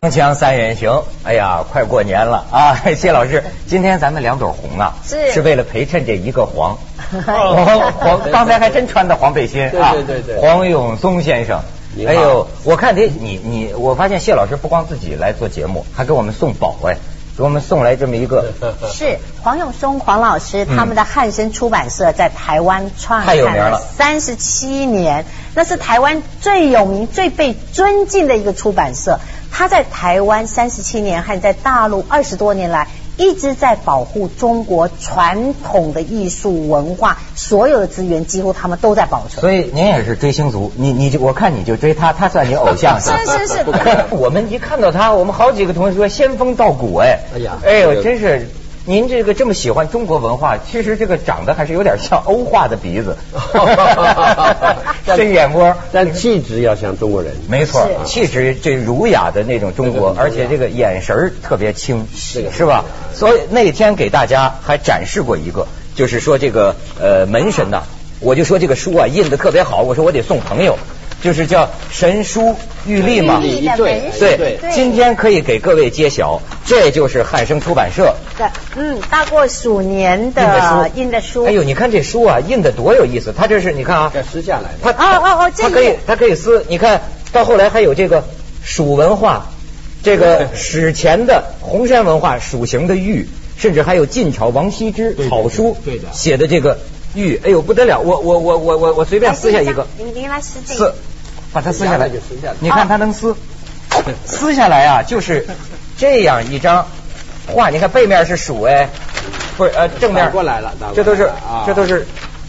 锵锵三人行，哎呀，快过年了啊！ 谢老师，今天咱们两朵红啊，是为了陪衬这一个黄。哦黄黄，刚才还真穿的黄背心啊！对对对对黄永松先生。你好哎呦，我看这你你，我发现谢老师不光自己来做节目，还给我们送宝哎，给我们送来这么一个是黄永松黄老师他们的汉生出版社在台湾嗯创太有刊名了三十七年，那是台湾最有名、最被尊敬的一个出版社。他在台湾三十七年，和在大陆二十多年来，一直在保护中国传统的艺术文化，所有的资源几乎他们都在保存。所以您也是追星族，你你就我看你就追他，他算你偶像吧 是是是不敢当 我们一看到他，我们好几个同学说仙风道骨哎，哎呀哎这呦，个，真是。您这个这么喜欢中国文化，其实这个长得还是有点像欧化的鼻 子深眼窝， 但气质要像中国人，没错是，气质这儒雅的那种中国，这个很重要而且这个眼神儿特别清，这个很是吧？所以那天给大家还展示过一个，就是说这个呃门神呐、我就说这个书啊印的特别好，我说我得送朋友，就是叫神书玉立嘛。玉立一对对对，今天可以给各位揭晓，这就是汉生出版社的，嗯，大过鼠年印的的书。印的书，哎呦，你看这书啊，印的多有意思！它这是你看啊，要撕下来的。它哦哦哦这它可以也它可以撕。你看到后来还有这个蜀文化，这个史前的红山文化蜀行的玉，甚至还有晋朝王羲之对对草书对的写的这个玉，哎呦不得了！我我我我我我随哎便撕下一个，您您来撕这撕个，，把它撕下来就撕下来，哦你看它能撕，撕下来啊，就是这样一张画。你看背面是蜀哎，不是呃正面反过来了反过来了这都是啊这都是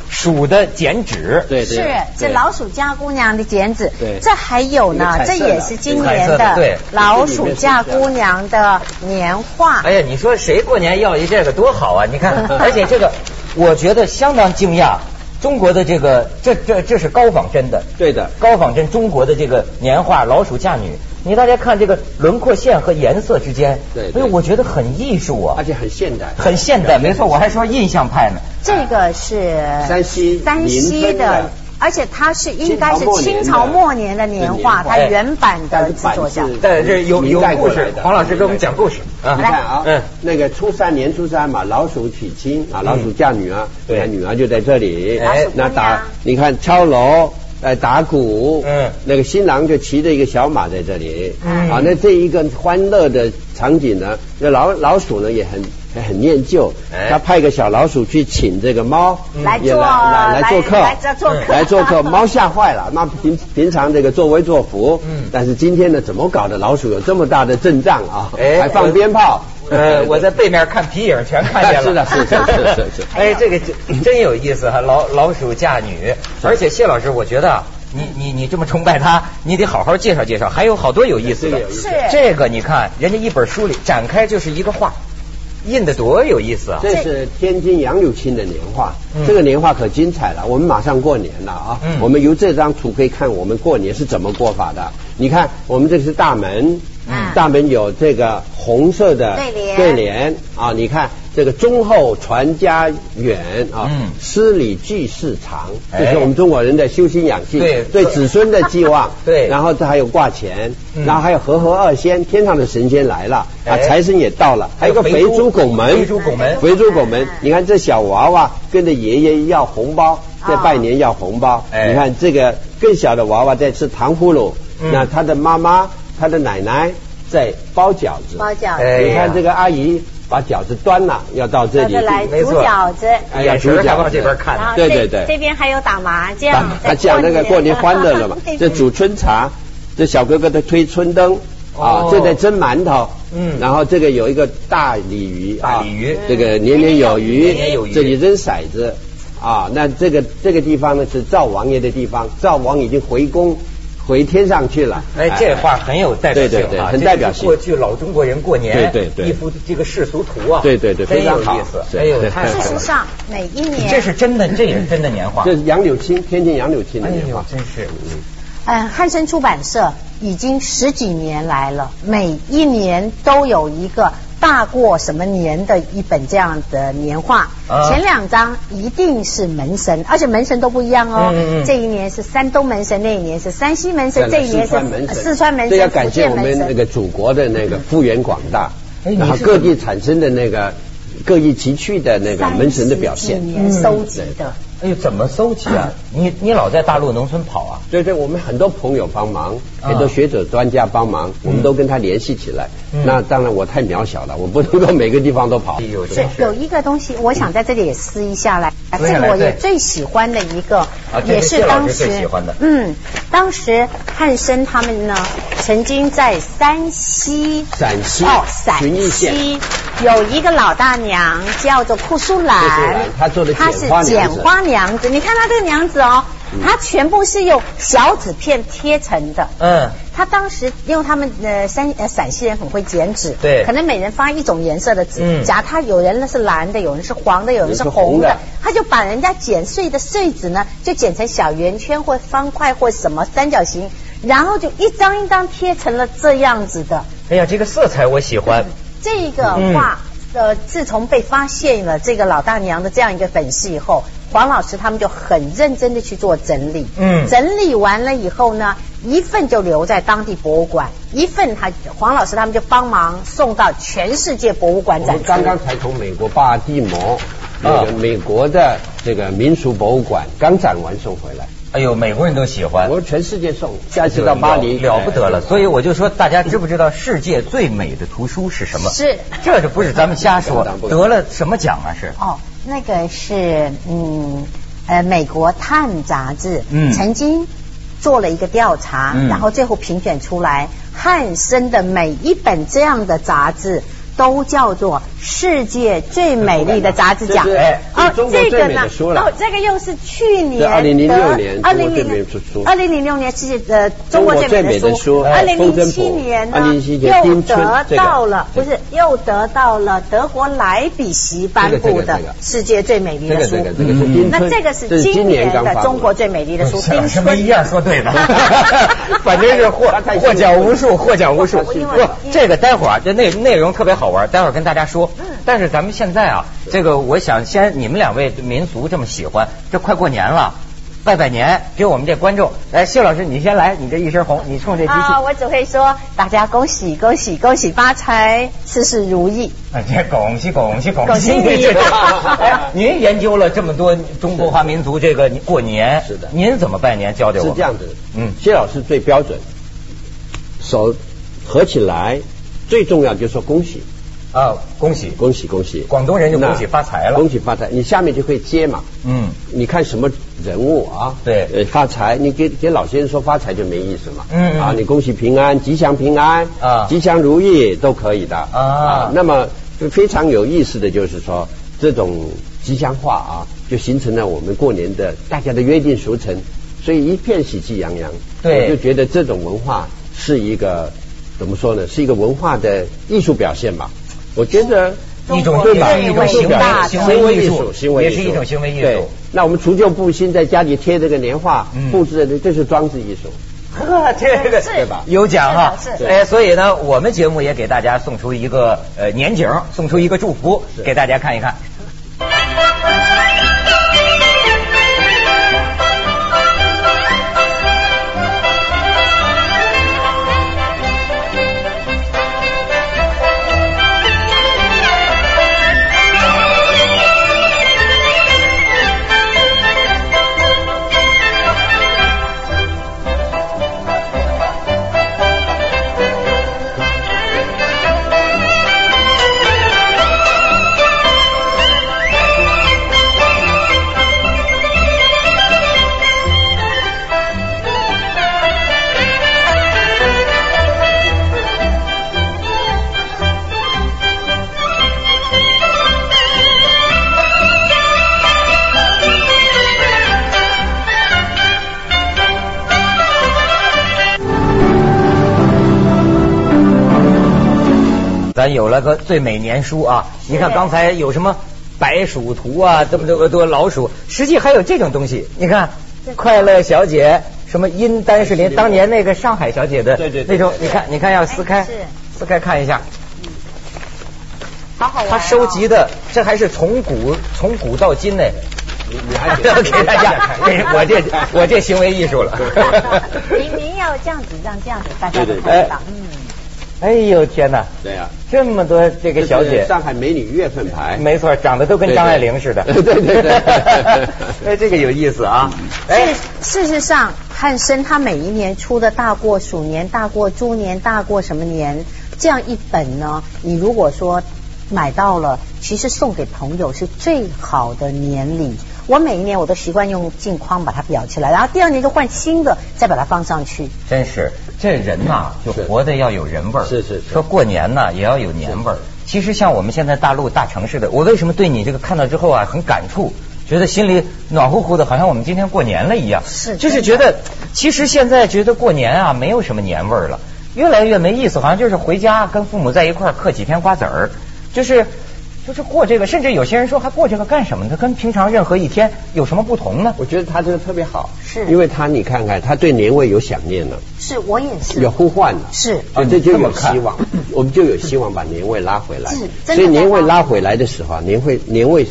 蜀的剪纸，对是对，这对老鼠嫁姑娘的剪纸对，这还有一个呢彩，色这的也是今彩年色的对的老鼠嫁姑娘的年画 哎。呀，你说谁过年要一这个多好啊？你看，而且这个我觉得相当惊讶，中国的这个这这这是高仿真的，对的，高仿真中国的这个年画《老鼠嫁女》，你大家看这个轮廓线和颜色之间，对哎对呦，我觉得很艺术啊而，且很现代，很现代，没错，我还说印象派呢。这个是山西山西临的汾的，而且它是应该是清清朝朝末末年年的的年年画画，它原版但的是制版作下是。但这有有明代故过来事的，黄老师给我们讲故事啊你看啊，嗯那个初三年初三嘛，老鼠娶亲啊，老鼠嫁女啊，对哎你看女儿就在这里，哎老鼠姑娘那打你看敲锣。呃，打鼓，嗯那个新郎就骑着一个小马在这里，嗯啊，那这一个欢乐的场景呢，那老老鼠呢也很很很念旧哎，他派个小老鼠去请这个猫嗯来也做来来做客，来来做客来做客，猫吓坏了，那平平常这个作威作福，嗯但是今天呢，怎么搞的？老鼠有这么大的阵仗啊，哎还放鞭炮，呃，我在背面看皮影，全看见了。 是的是是是是是 哎，这个真真有意思哈，老老鼠嫁女，而且谢老师，我觉得啊你你你这么崇拜他，你得好好介绍介绍，还有好多有意思的这个有。意是思这个你看，人家一本书里展开就是一个画，印的多有意思啊！这是天津杨柳青的年画嗯，这个年画可精彩了。我们马上过年了啊嗯，我们由这张图可以看我们过年是怎么过法的。你看，我们这个是大门嗯，大门有这个红色的对联对联啊。你看这个忠厚传家远啊嗯，诗礼济世长，哎这是我们中国人的修心养性，对。对子孙的寄望 对然后这还有挂钱嗯，然后还有和和二仙，天上的神仙来了啊，哎财神也到了，还有个肥猪拱门，肥猪拱门肥猪拱门啊，你看这小娃娃跟着爷爷要红包，在拜年要红包。哎你看这个更小的娃娃在吃糖葫芦，嗯那他的妈妈、他的奶奶在包饺子。包饺哎子，你看这个阿姨把饺子端了，要到哎这里到这啊来没煮错饺子哎呀眼神还往这边看然后呢。对这对对这边还有打麻啊将，他讲那个过年欢乐了嘛 对，这煮春茶，这小哥哥在推春灯。啊哦，这在蒸馒头，嗯然后这个有一个大鲤鱼，啊大鲤鱼这个年年有余，年年有余这里扔骰子，啊，那这个这个地方呢是赵王爷的地方，赵王已经回宫，回天上去了。哎，这画很有代表性对对对啊，很代表性这就是过去老中国人过年，对对对一幅这个世俗图啊，对对对真非常有意好思。是哎呦，对太好事了实上，每一年这是真的，这也是真的年画。这是杨柳青，天津杨柳青的哎年呦画，，真是。嗯，汉生出版社已经十几年来了，每一年都有一个大过什么年的一本这样的年画。啊前两张一定是门神，而且门神都不一样哦。嗯嗯嗯这一年是山东门神，那一年是山西门神，这一年是呃四川门神，四川门这神，要感谢福我建门们神那个祖国的那个幅员广大，哎你然后是各地产生的那个各异其趣的那个门神的表现30嗯几。年收集的。哎呦，怎么搜集啊？你你老在大陆农村跑啊？对对，我们很多朋友帮忙，啊很多学者专家帮忙，我们都跟他联系起来嗯。那当然我太渺小了，我不能够每个地方都跑哎。呦，是真有一个东西，我想在这里也撕一下来，撕下这来个我也对最喜欢的一个，这也是谢老当师时最喜欢的嗯，当时汉生他们呢，曾经在山西，陕西哦，陕旬邑县西有一个老大娘叫做库苏兰库苏兰，她做的她剪是花娘子剪花娘子，你看她这个娘子哦，她全部是用小纸片贴成的，嗯，他当时因为他们呃山呃陕西人很会剪纸，对可能每人发一种颜色的纸，嗯假他有人呢是蓝的，有人是黄的，有人是红有人是红的的，他就把人家剪碎的碎纸呢，就剪成小圆圈或方块或什么三角形，然后就一张一张贴成了这样子的。哎呀，这个色彩我喜欢。这一个画，呃，自从被发现了这个老大娘的这样一个粉饰以后，黄老师他们就很认真的去做整理。嗯整理完了以后呢，一份就留在当地博物馆，一份他黄老师他们就帮忙送到全世界博物馆我展们出。刚刚才从美国巴尔的摩那个啊美国的这个民俗博物馆刚展完送回来，哎呦，美国人都喜欢。哎我全世界送，下次到巴黎嗯了了不 得了，所以以我就说，大家知不知道世界最美的图书是什么？是这就不是咱们瞎说 不敢，不敢得了什么奖啊？是哦，那个是嗯呃，美国《探》杂志，嗯曾经做了一个调查，嗯然后最后评选出来，汉森的每一本这样的杂志。都叫做世界最美丽的杂志奖这是这是中国最美的书了哦，这个又是去年这2006年二零零中国最美的书二零零六年世界呃中国最美的书，哎中国二最零美的零书哎七年呢2007年又丁春得这个到了不是又得到了德国莱比锡颁布这个这个的这个世界最美丽这的个书这。个这个是嗯丁那春，这个是今年刚发的布，中国最美丽的书，是啊冰什么一春。样说 对的反正是获他太兴奋获奖无数，获奖无数。我不因为我，这个待会儿这内内容特别好玩，待会儿跟大家说嗯。但是咱们现在啊，这个我想先你们两位民俗这么喜欢，这快过年了。拜拜年，给我们这观众来，谢老师你先来，你这一身红，你冲这机器，啊，我只会说大家恭喜恭喜恭喜发财，事事如 意。哎，这恭喜恭喜恭恭喜喜你你！这哎，您研究了这么多中国华民族这个过年，是的您怎么拜年交给我是们？这样子，嗯嗯，谢老师最标准，手合起来，最重要就是说恭喜，啊，恭喜恭喜恭喜，广东人就恭喜发财了那恭喜发财，你下面就会接嘛，嗯你看什么人物啊？对呃，发财，你给给老先生说发财就没意思嘛。嗯嗯啊，你恭喜平安，吉祥平安啊吉祥如意都可以的啊那么呃非常有意思的就是说，这种吉祥话啊，就形成了我们过年的大家的约定俗成，所以一片喜气洋洋。对我就觉得这种文化是一个怎么说呢？是一个文化的艺术表现吧。我觉得。一种对吧？也是一种行为中国最伟大的行为艺术，行为艺术，也是一种行为艺对术。那我们除旧布新，在家里贴这个年画嗯，布置的这是装置艺术。呵，啊这个是对吧有奖哈是的是！的哎，所以呢，我们节目也给大家送出一个呃年景，送出一个祝福是给大家看一看。咱有了个最美年书啊！你看刚才有什么白鼠图啊，这么多多老鼠，实际还有这种东西。你看，快乐小姐，什么殷丹世林，当年那个上海小姐的对对对哎嗯那种对，对你看，你看要撕开哎是，撕开看一下。好好玩啊哦他收集的这还是从古从古到今呢。你你 还给大家 看， 给我这我这行为艺术了。您您要这样子，让这样子大家都对对对看到，嗯， 哎呦天哪，对啊，这么多这个小这姐是，上海美女月份牌，没错，长得都跟张爱玲似的。 对对对对 哎，这个有意思啊。哎事，事实上，汉生他每一年出的大过鼠年、大过猪年、大过什么年这样一本呢，你如果说买到了，其实送给朋友是最好的年礼。我每一年我都习惯用镜框把它裱起来，然后第二年就换新的，再把它放上去。真是这人呐、就是活得要有人味儿。是是是说过年呐、也要有年味儿。其实像我们现在大陆大城市的，我为什么对你这个看到之后啊很感触，觉得心里暖乎乎的，好像我们今天过年了一样。是就是真的觉得其实现在觉得过年啊没有什么年味儿了，越来越没意思，好像就是回家跟父母在一块儿嗑几天瓜子儿，就是。就是过这个，甚至有些人说还过这个干什么呢？跟平常任何一天有什么不同呢？我觉得他这个特别好，是因为他你看看，他对年味有想念了，是我也是，哦有呼唤了，是啊，嗯这就这么有看 希望，我们就有希望把年味拉回来。是所真的以年味在拉拉回来的时候啊，年会年味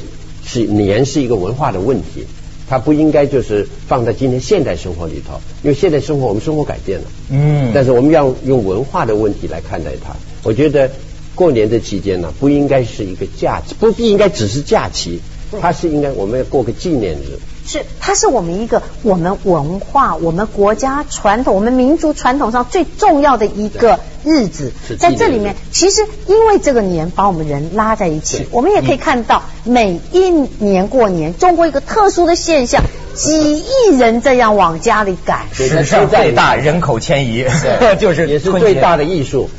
是年是一个文化的问题，它不应该就是放在今天现代生活里头，因为现代生活我们生活改变了，嗯但是我们要用文化的问题来看待它。我觉得过年的期间呢，不应该是一个假期，不应该只是假期，它是应该我们要过个纪念日。是，它是我们一个我们文化、我们国家传统、我们民族传统上最重要的一个日子是，在纪这念里日面，其实因为这个年把我们人拉在一起对，我们也可以看到每一年过年，中国一个特殊的现象，几亿人这样往家里赶。对史上最大人口迁移， 就是也是春最节大的艺术，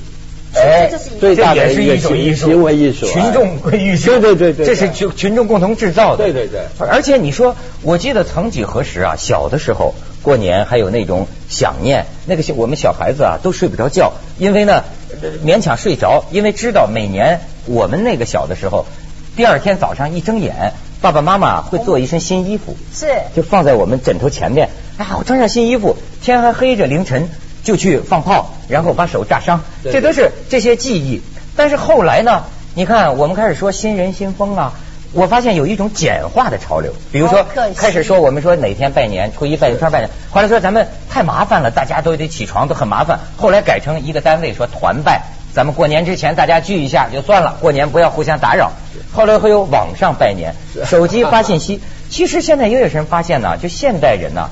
哎这就是最大的这也是一种艺术，行为艺术，哎群众艺术，对对对对，这是群群众共同制造的，对对对。而且你说，我记得曾几何时啊，小的时候过年还有那种想念，那个小我们小孩子啊都睡不着觉，因为呢呃勉强睡着，因为知道每年我们那个小的时候，第二天早上一睁眼，爸爸妈妈会做一身新衣服。是就放在我们枕头前面。哎呀，我穿上新衣服，天还黑着，凌晨就去放炮，然后把手炸伤，对这都是这些记忆。但是后来呢，你看我们开始说新人新风啊。我发现有一种简化的潮流，比如说好可惜开始说我们说哪天拜年，初一拜年，初二拜年，后来说咱们太麻烦了，大家都得起床，都很麻烦。后来改成一个单位说团拜，咱们过年之前大家聚一下就算了，过年不要互相打扰。后来会有网上拜年是，手机发信息。其实现在也有些人发现呢，就现代人呢，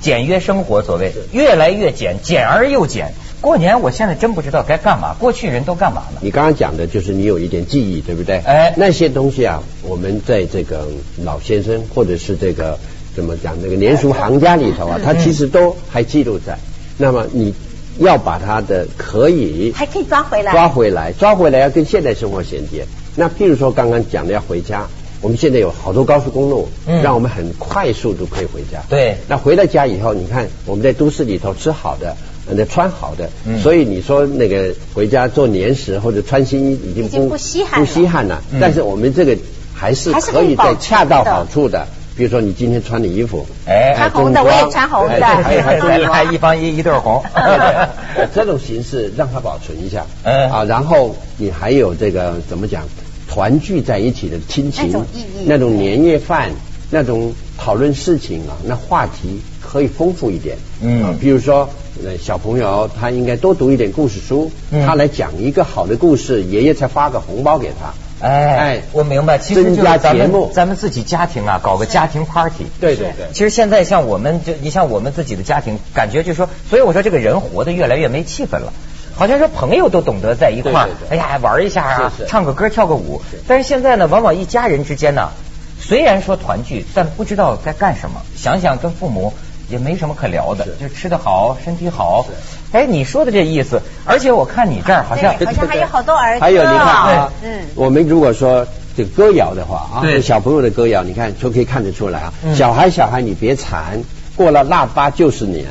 简约生活所谓越来越简，简而又简。过年我现在真不知道该干嘛，过去人都干嘛呢？你刚刚讲的就是你有一点记忆，对不对？哎那些东西啊，我们在这个老先生或者是这个怎么讲，这个年俗行家里头啊，他其实都还记录在。那么你要把它的可以还可以抓回来抓回来，抓回来要跟现代生活衔接。那譬如说刚刚讲的要回家，我们现在有好多高速公路，嗯让我们很快速度可以回家。对那回到家以后，你看我们在都市里头吃好的，呃，穿好的，嗯所以你说那个回家做年食或者穿新衣已经已经不稀罕不了稀罕了。嗯但是我们这个还是还是可可以以保在持恰到的好处的。比如说你今天穿的衣服，哎穿红的中装我也穿红的哎这还有还有。对还哎一帮一一对儿红对 这种形式让它保存一下，嗯啊，然后你还有这个怎么讲，团聚在一起的亲情，那种意义那种年夜饭，那种讨论事情啊，那话题可以丰富一点，嗯啊比如说。呃，小朋友他应该多读一点故事书，嗯他来讲一个好的故事，爷爷才发个红包给他。哎，我明白，其实就是增加咱节们目咱们自己家庭啊，搞个家庭 party。对对对其实现在像我们，就你像我们自己的家庭，感觉就是说，所以我说这个人活得越来越没气氛了。好像说朋友都懂得在一块儿对对，对哎呀玩一下啊，是是唱个歌跳个舞。但是现在呢，往往一家人之间呢，虽然说团聚，但不知道该干什么。想想跟父母也没什么可聊的，就吃得好，身体好。哎，你说的这意思，而且我看你这儿好哎像对好像还有好多儿歌还有你看啊，对嗯我们如果说这个歌谣的话啊，对小朋友的歌谣，你看就可以看得出来啊。嗯小孩小孩，你别馋，过了腊八就是年，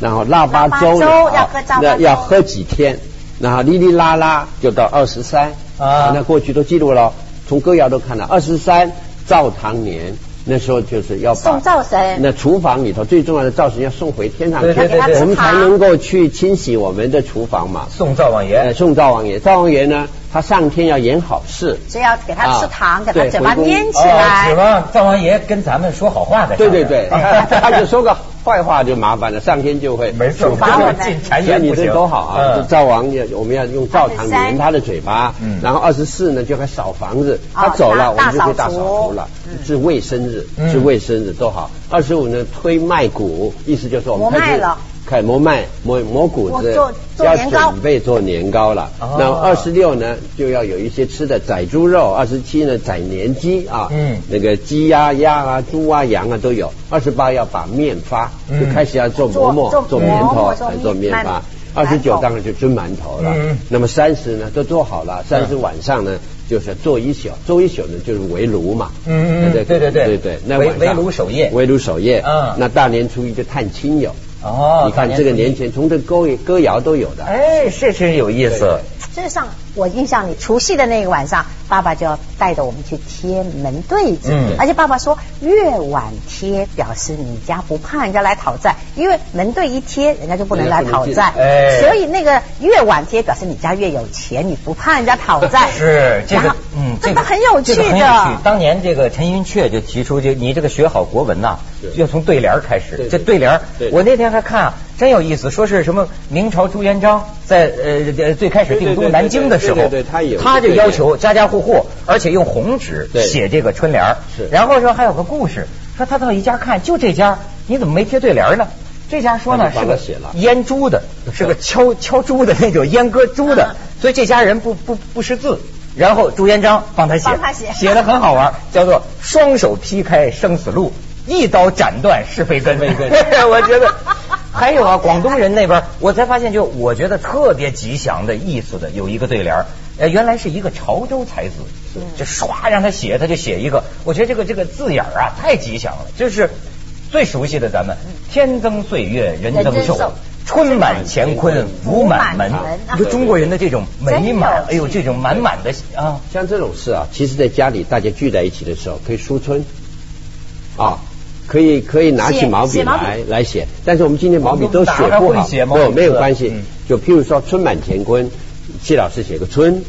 然后腊八腊粥八粥呢要喝腊八那粥要喝几天，然后哩哩啦啦就到二十三啊那过去都记录了，从歌谣都看到二十三灶堂年。那时候就是要把送灶神那厨房里头最重要的灶神要送回天堂去，对对对对我们才能够去清洗我们的厨房嘛。送灶王呃，爷，送灶王爷，灶王爷呢，他上天要演好事，所以要给他吃糖，啊给他对嘴巴回宫粘起哦，来。指望灶王爷跟咱们说好话的。对对 对，他就说个坏话就麻烦了，上天就会没错，处我罚把我们们进谗所以言你不这行，多好啊！嗯这灶王爷，我们要用灶堂23粘他的嘴巴嗯，然后二十四呢就该扫房子，哦他走了我大们就可以大大扫扫除除了嗯，是卫生日，嗯是卫生日多好。二十五呢推麦谷，意思就是我们磨开麦始了开磨麦磨磨谷我子做，做要年糕准备做年糕了。哦那二十六呢就要有一些吃的，宰猪肉；二十七呢宰年鸡啊，嗯那个鸡呀、鸭啊、猪啊、羊啊都有。二十八要把面发，嗯就开始要做馍馍做、做馒头哎做馍馍、做做面面发。馒二十馒九头当然就蒸馒头了嗯。那么三十呢，都做好了。三十晚上呢，就是做一宿。做一宿呢，就是围炉嘛。嗯嗯嗯那这对个对对对对。那围晚上围炉守夜围炉守夜。嗯那大年初一就探亲友。哦你看这个年前，从这歌歌谣都有的。哎，这真有意思。事实上，我印象里除夕的那个晚上，爸爸就要带着我们去贴门对子，嗯而且爸爸说越晚贴，表示你家不怕人家来讨债，因为门对一贴，人家就不能来讨债，哎所以那个越晚贴，表示你家越有钱，你不怕人家讨债。 是这然个后，嗯，这这个个很有趣这个很有的趣。当年这个陈云雀就提出，就你这个学好国文呐对，要从对联儿开始对。这对对联儿对，我那天还看啊，真有意思，说是什么明朝朱元璋在呃呃最开始定对对都对南京的时候对对对，他有他就对对要求家家户户，而且用红纸对写这个春联儿是然后说还有个故事，说他到一家看，就这家你怎么没贴对联儿呢？这家说呢是他就帮他个写了阉猪的，是个敲敲猪的那种阉割猪的，嗯所以这家人不不不识字。然后朱元璋帮他写，帮他写的很好玩，叫做“双手劈开生死路，一刀斩断是非根”是非 根我觉得还有啊，广东人那边我才发现，就我觉得特别吉祥的意思的有一个对联儿，呃，原来是一个潮州才子，就唰让他写，他就写一个。我觉得这个这个字眼儿啊太吉祥了，就是最熟悉的咱们“天增岁月嗯人增人增寿寿”。春满乾坤，福满门啊福满门。你说中国人的这种美满，哎真有呦，这种满满的啊，像这种事啊，其实在家里大家聚在一起的时候，可以书春啊。可以可以拿起写毛笔写毛笔来来写，但是我们今天毛笔都写我不们打好，哦上会写毛笔没有没有字关系嗯。就譬如说“春满乾坤”，谢老师写个“春”，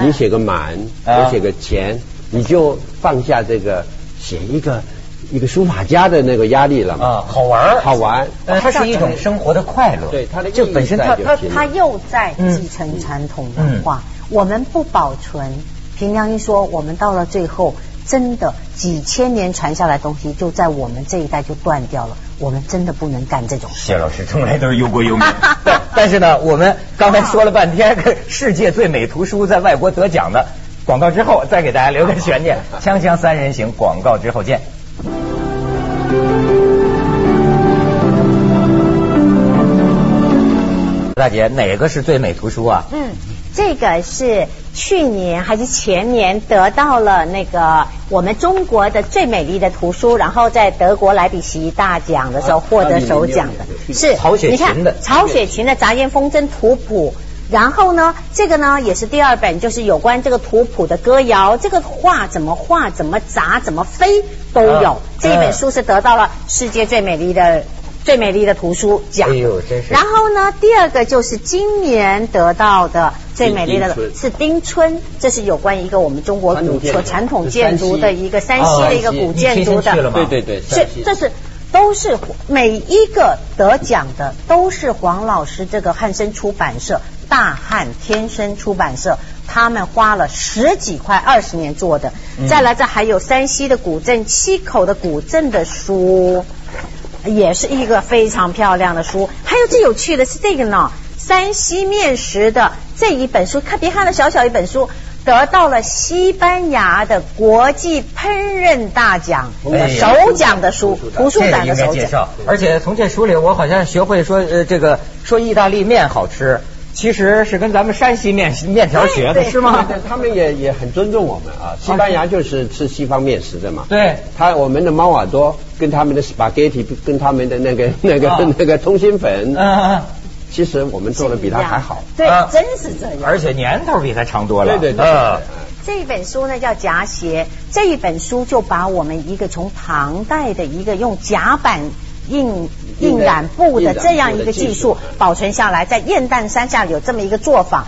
你写个“满”，啊我写个“乾”，你就放下这个写一个一个书法家的那个压力了嘛。啊，好玩儿好玩呃它是一种生活的快乐。对它的意义就本身它在就它行他又在继承传统文化。我们不保存，凭良心说，我们到了最后，真的几千年传下来的东西，就在我们这一代就断掉了。我们真的不能干这种事。谢老师从来都是忧国忧民， 但但是呢，我们刚才说了半天，世界最美图书在外国得奖的，广告之后再给大家留个悬念，《锵锵三人行》广告之后见。大姐，哪个是最美图书啊？嗯，这个是去年还是前年得到了那个我们中国的最美丽的图书，然后在德国莱比锡大奖的时候啊获得首奖2006的，年是曹雪芹的你看曹雪芹的《杂砚风筝图谱》。然后呢，这个呢也是第二本，就是有关这个图谱的歌谣，这个画怎么画、怎么砸、怎么飞都有。啊这本书是得到了世界最美丽的最美丽的图书奖。哎呦真是然后呢，第二个就是今年得到的最美丽丁的春是丁春，这是有关一个我们中国古传统传传统建建筑筑的一个山山西西的一个哦古建筑你提前去了的吗，对对对，是这是都是每一个得奖的都是黄老师这个汉生出版社大汉天生出版社。他们花了十几块二十年做的，再来这还有山西的古镇七口的古镇的书，也是一个非常漂亮的书。还有最有趣的是这个呢，山西面食的这一本书，看别看了小小一本书，得到了西班牙的国际烹饪大奖哎首奖的书，图书这个展应的该首介奖。绍。而且从这书里，我好像学会说，呃，这个说意大利面好吃，其实是跟咱们山西面面条学的，对是他吗？们他们也也很尊重我们啊。西班牙就是吃西方面食的嘛。对。他我们的猫耳朵跟他们的 spaghetti 跟他们的那个那个、啊那个通心粉，嗯，其实我们做的比他还好。对啊，真是这样。而且年头比他长多了。对对对对嗯这一本书呢叫《夹鞋》，这一本书就把我们一个从唐代的一个用夹板印印染布的这样一个技术保存下来，在雁荡山下有这么一个作坊。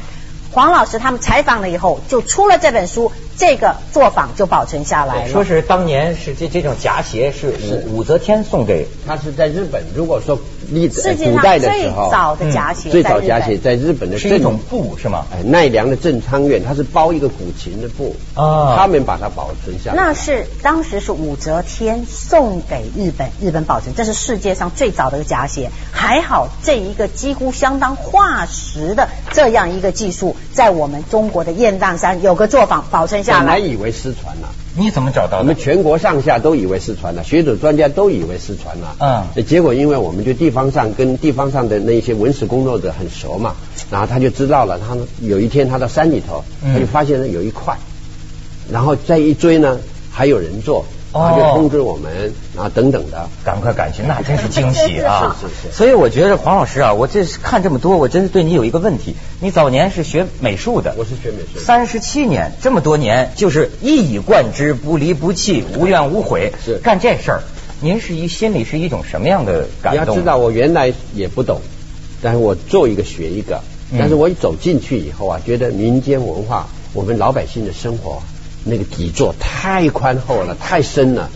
黄老师他们采访了以后，就出了这本书，这个作坊就保存下来了。说是当年是这这种夹鞋是是武武则天送给它是在日本，如果说历世史界哎古上代的最时候，早的夹鞋、在最早日夹本鞋在日本的是一正种布是吗？哎奈良的正仓院，它是包一个古琴的布啊他们把它保存下来。那是当时是武则天送给日本，日本保存，这是世界上最早的一个夹鞋。还好这一个几乎相当化石的这样一个技术，在我们中国的雁荡山有个作坊保存下本来来。以为失传了、你怎么找到我的们？全国上下都以为失传了，学者专家都以为失传啊了。嗯，结果因为我们就地方上跟地方上的那些文史工作者很熟嘛，然后他就知道了。他有一天他到山里头，嗯他就发现了有一块，然后再一追呢，还有人做，哦然后就通知我们，然后等等的。赶快赶去，那真是惊喜啊 ！是是是所以我觉得黄老师啊，我这是看这么多，我真是对你有一个问题。你早年是学美术的，我是学美术的三十七年，这么多年就是一以贯之，不离不弃，无怨无悔，是干这事儿。您是一心里是一种什么样的感你动？要知道，我原来也不懂，但是我做一个学一个。嗯但是我一走进去以后啊，觉得民间文化，我们老百姓的生活那个底座太宽厚了，太深了。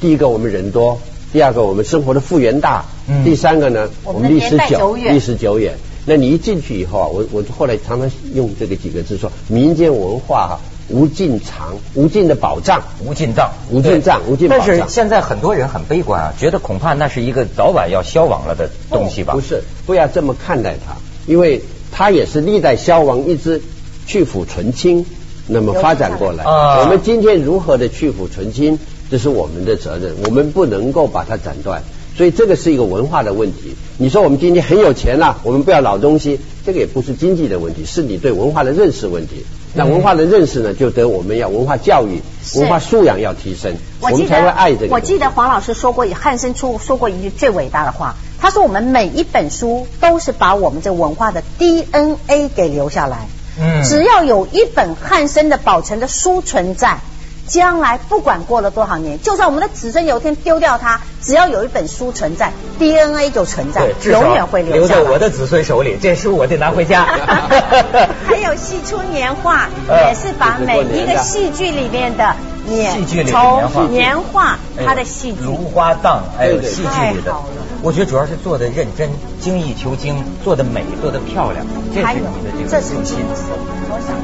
第一个，我们人多；第二个，我们生活的复原大；嗯第三个呢，我我们的们历史年代久久，远历史久远。那你一进去以后啊，我我后来常常用这个几个字说，民间文化哈、无尽藏，无尽的宝藏。无尽藏，无尽藏对无尽宝但藏是现在很多人很悲观啊，觉得恐怕那是一个早晚要消亡了的东西吧？哦不是，不要这么看待它，因为它也是历代消亡一直去腐存清，那么发展过留来。下来啊我们今天如何的去腐存清，这是我们的责任，我们不能够把它斩断。所以这个是一个文化的问题。你说我们今天很有钱了、啊我们不要老东西，这个也不是经济的问题，是你对文化的认识问题。那文化的认识呢，就得我们要文化教育、是文化素养要提升，我我记们得才会爱这个东西。我记得黄老师说过，汉生出说过一句最伟大的话，他说我们每一本书都是把我们这文化的 DNA 给留下来。嗯只要有一本汉生的保存的书存在，将来不管过了多少年，就算我们的子孙有一天丢掉它，只要有一本书存在，DNA 就存在对，，至少永远会留留下在来。。我的子孙手里，这书我得拿回家 哎还有戏出年画，呃也是把每一个戏剧里面的年戏剧里的年画从年画哎呦它的戏剧。芦花荡，还有对对戏剧里太的好了，我觉得主要是做的认真，精益求精，做的美，做的漂亮，这还是有你的，这这是个初心。精神。我想，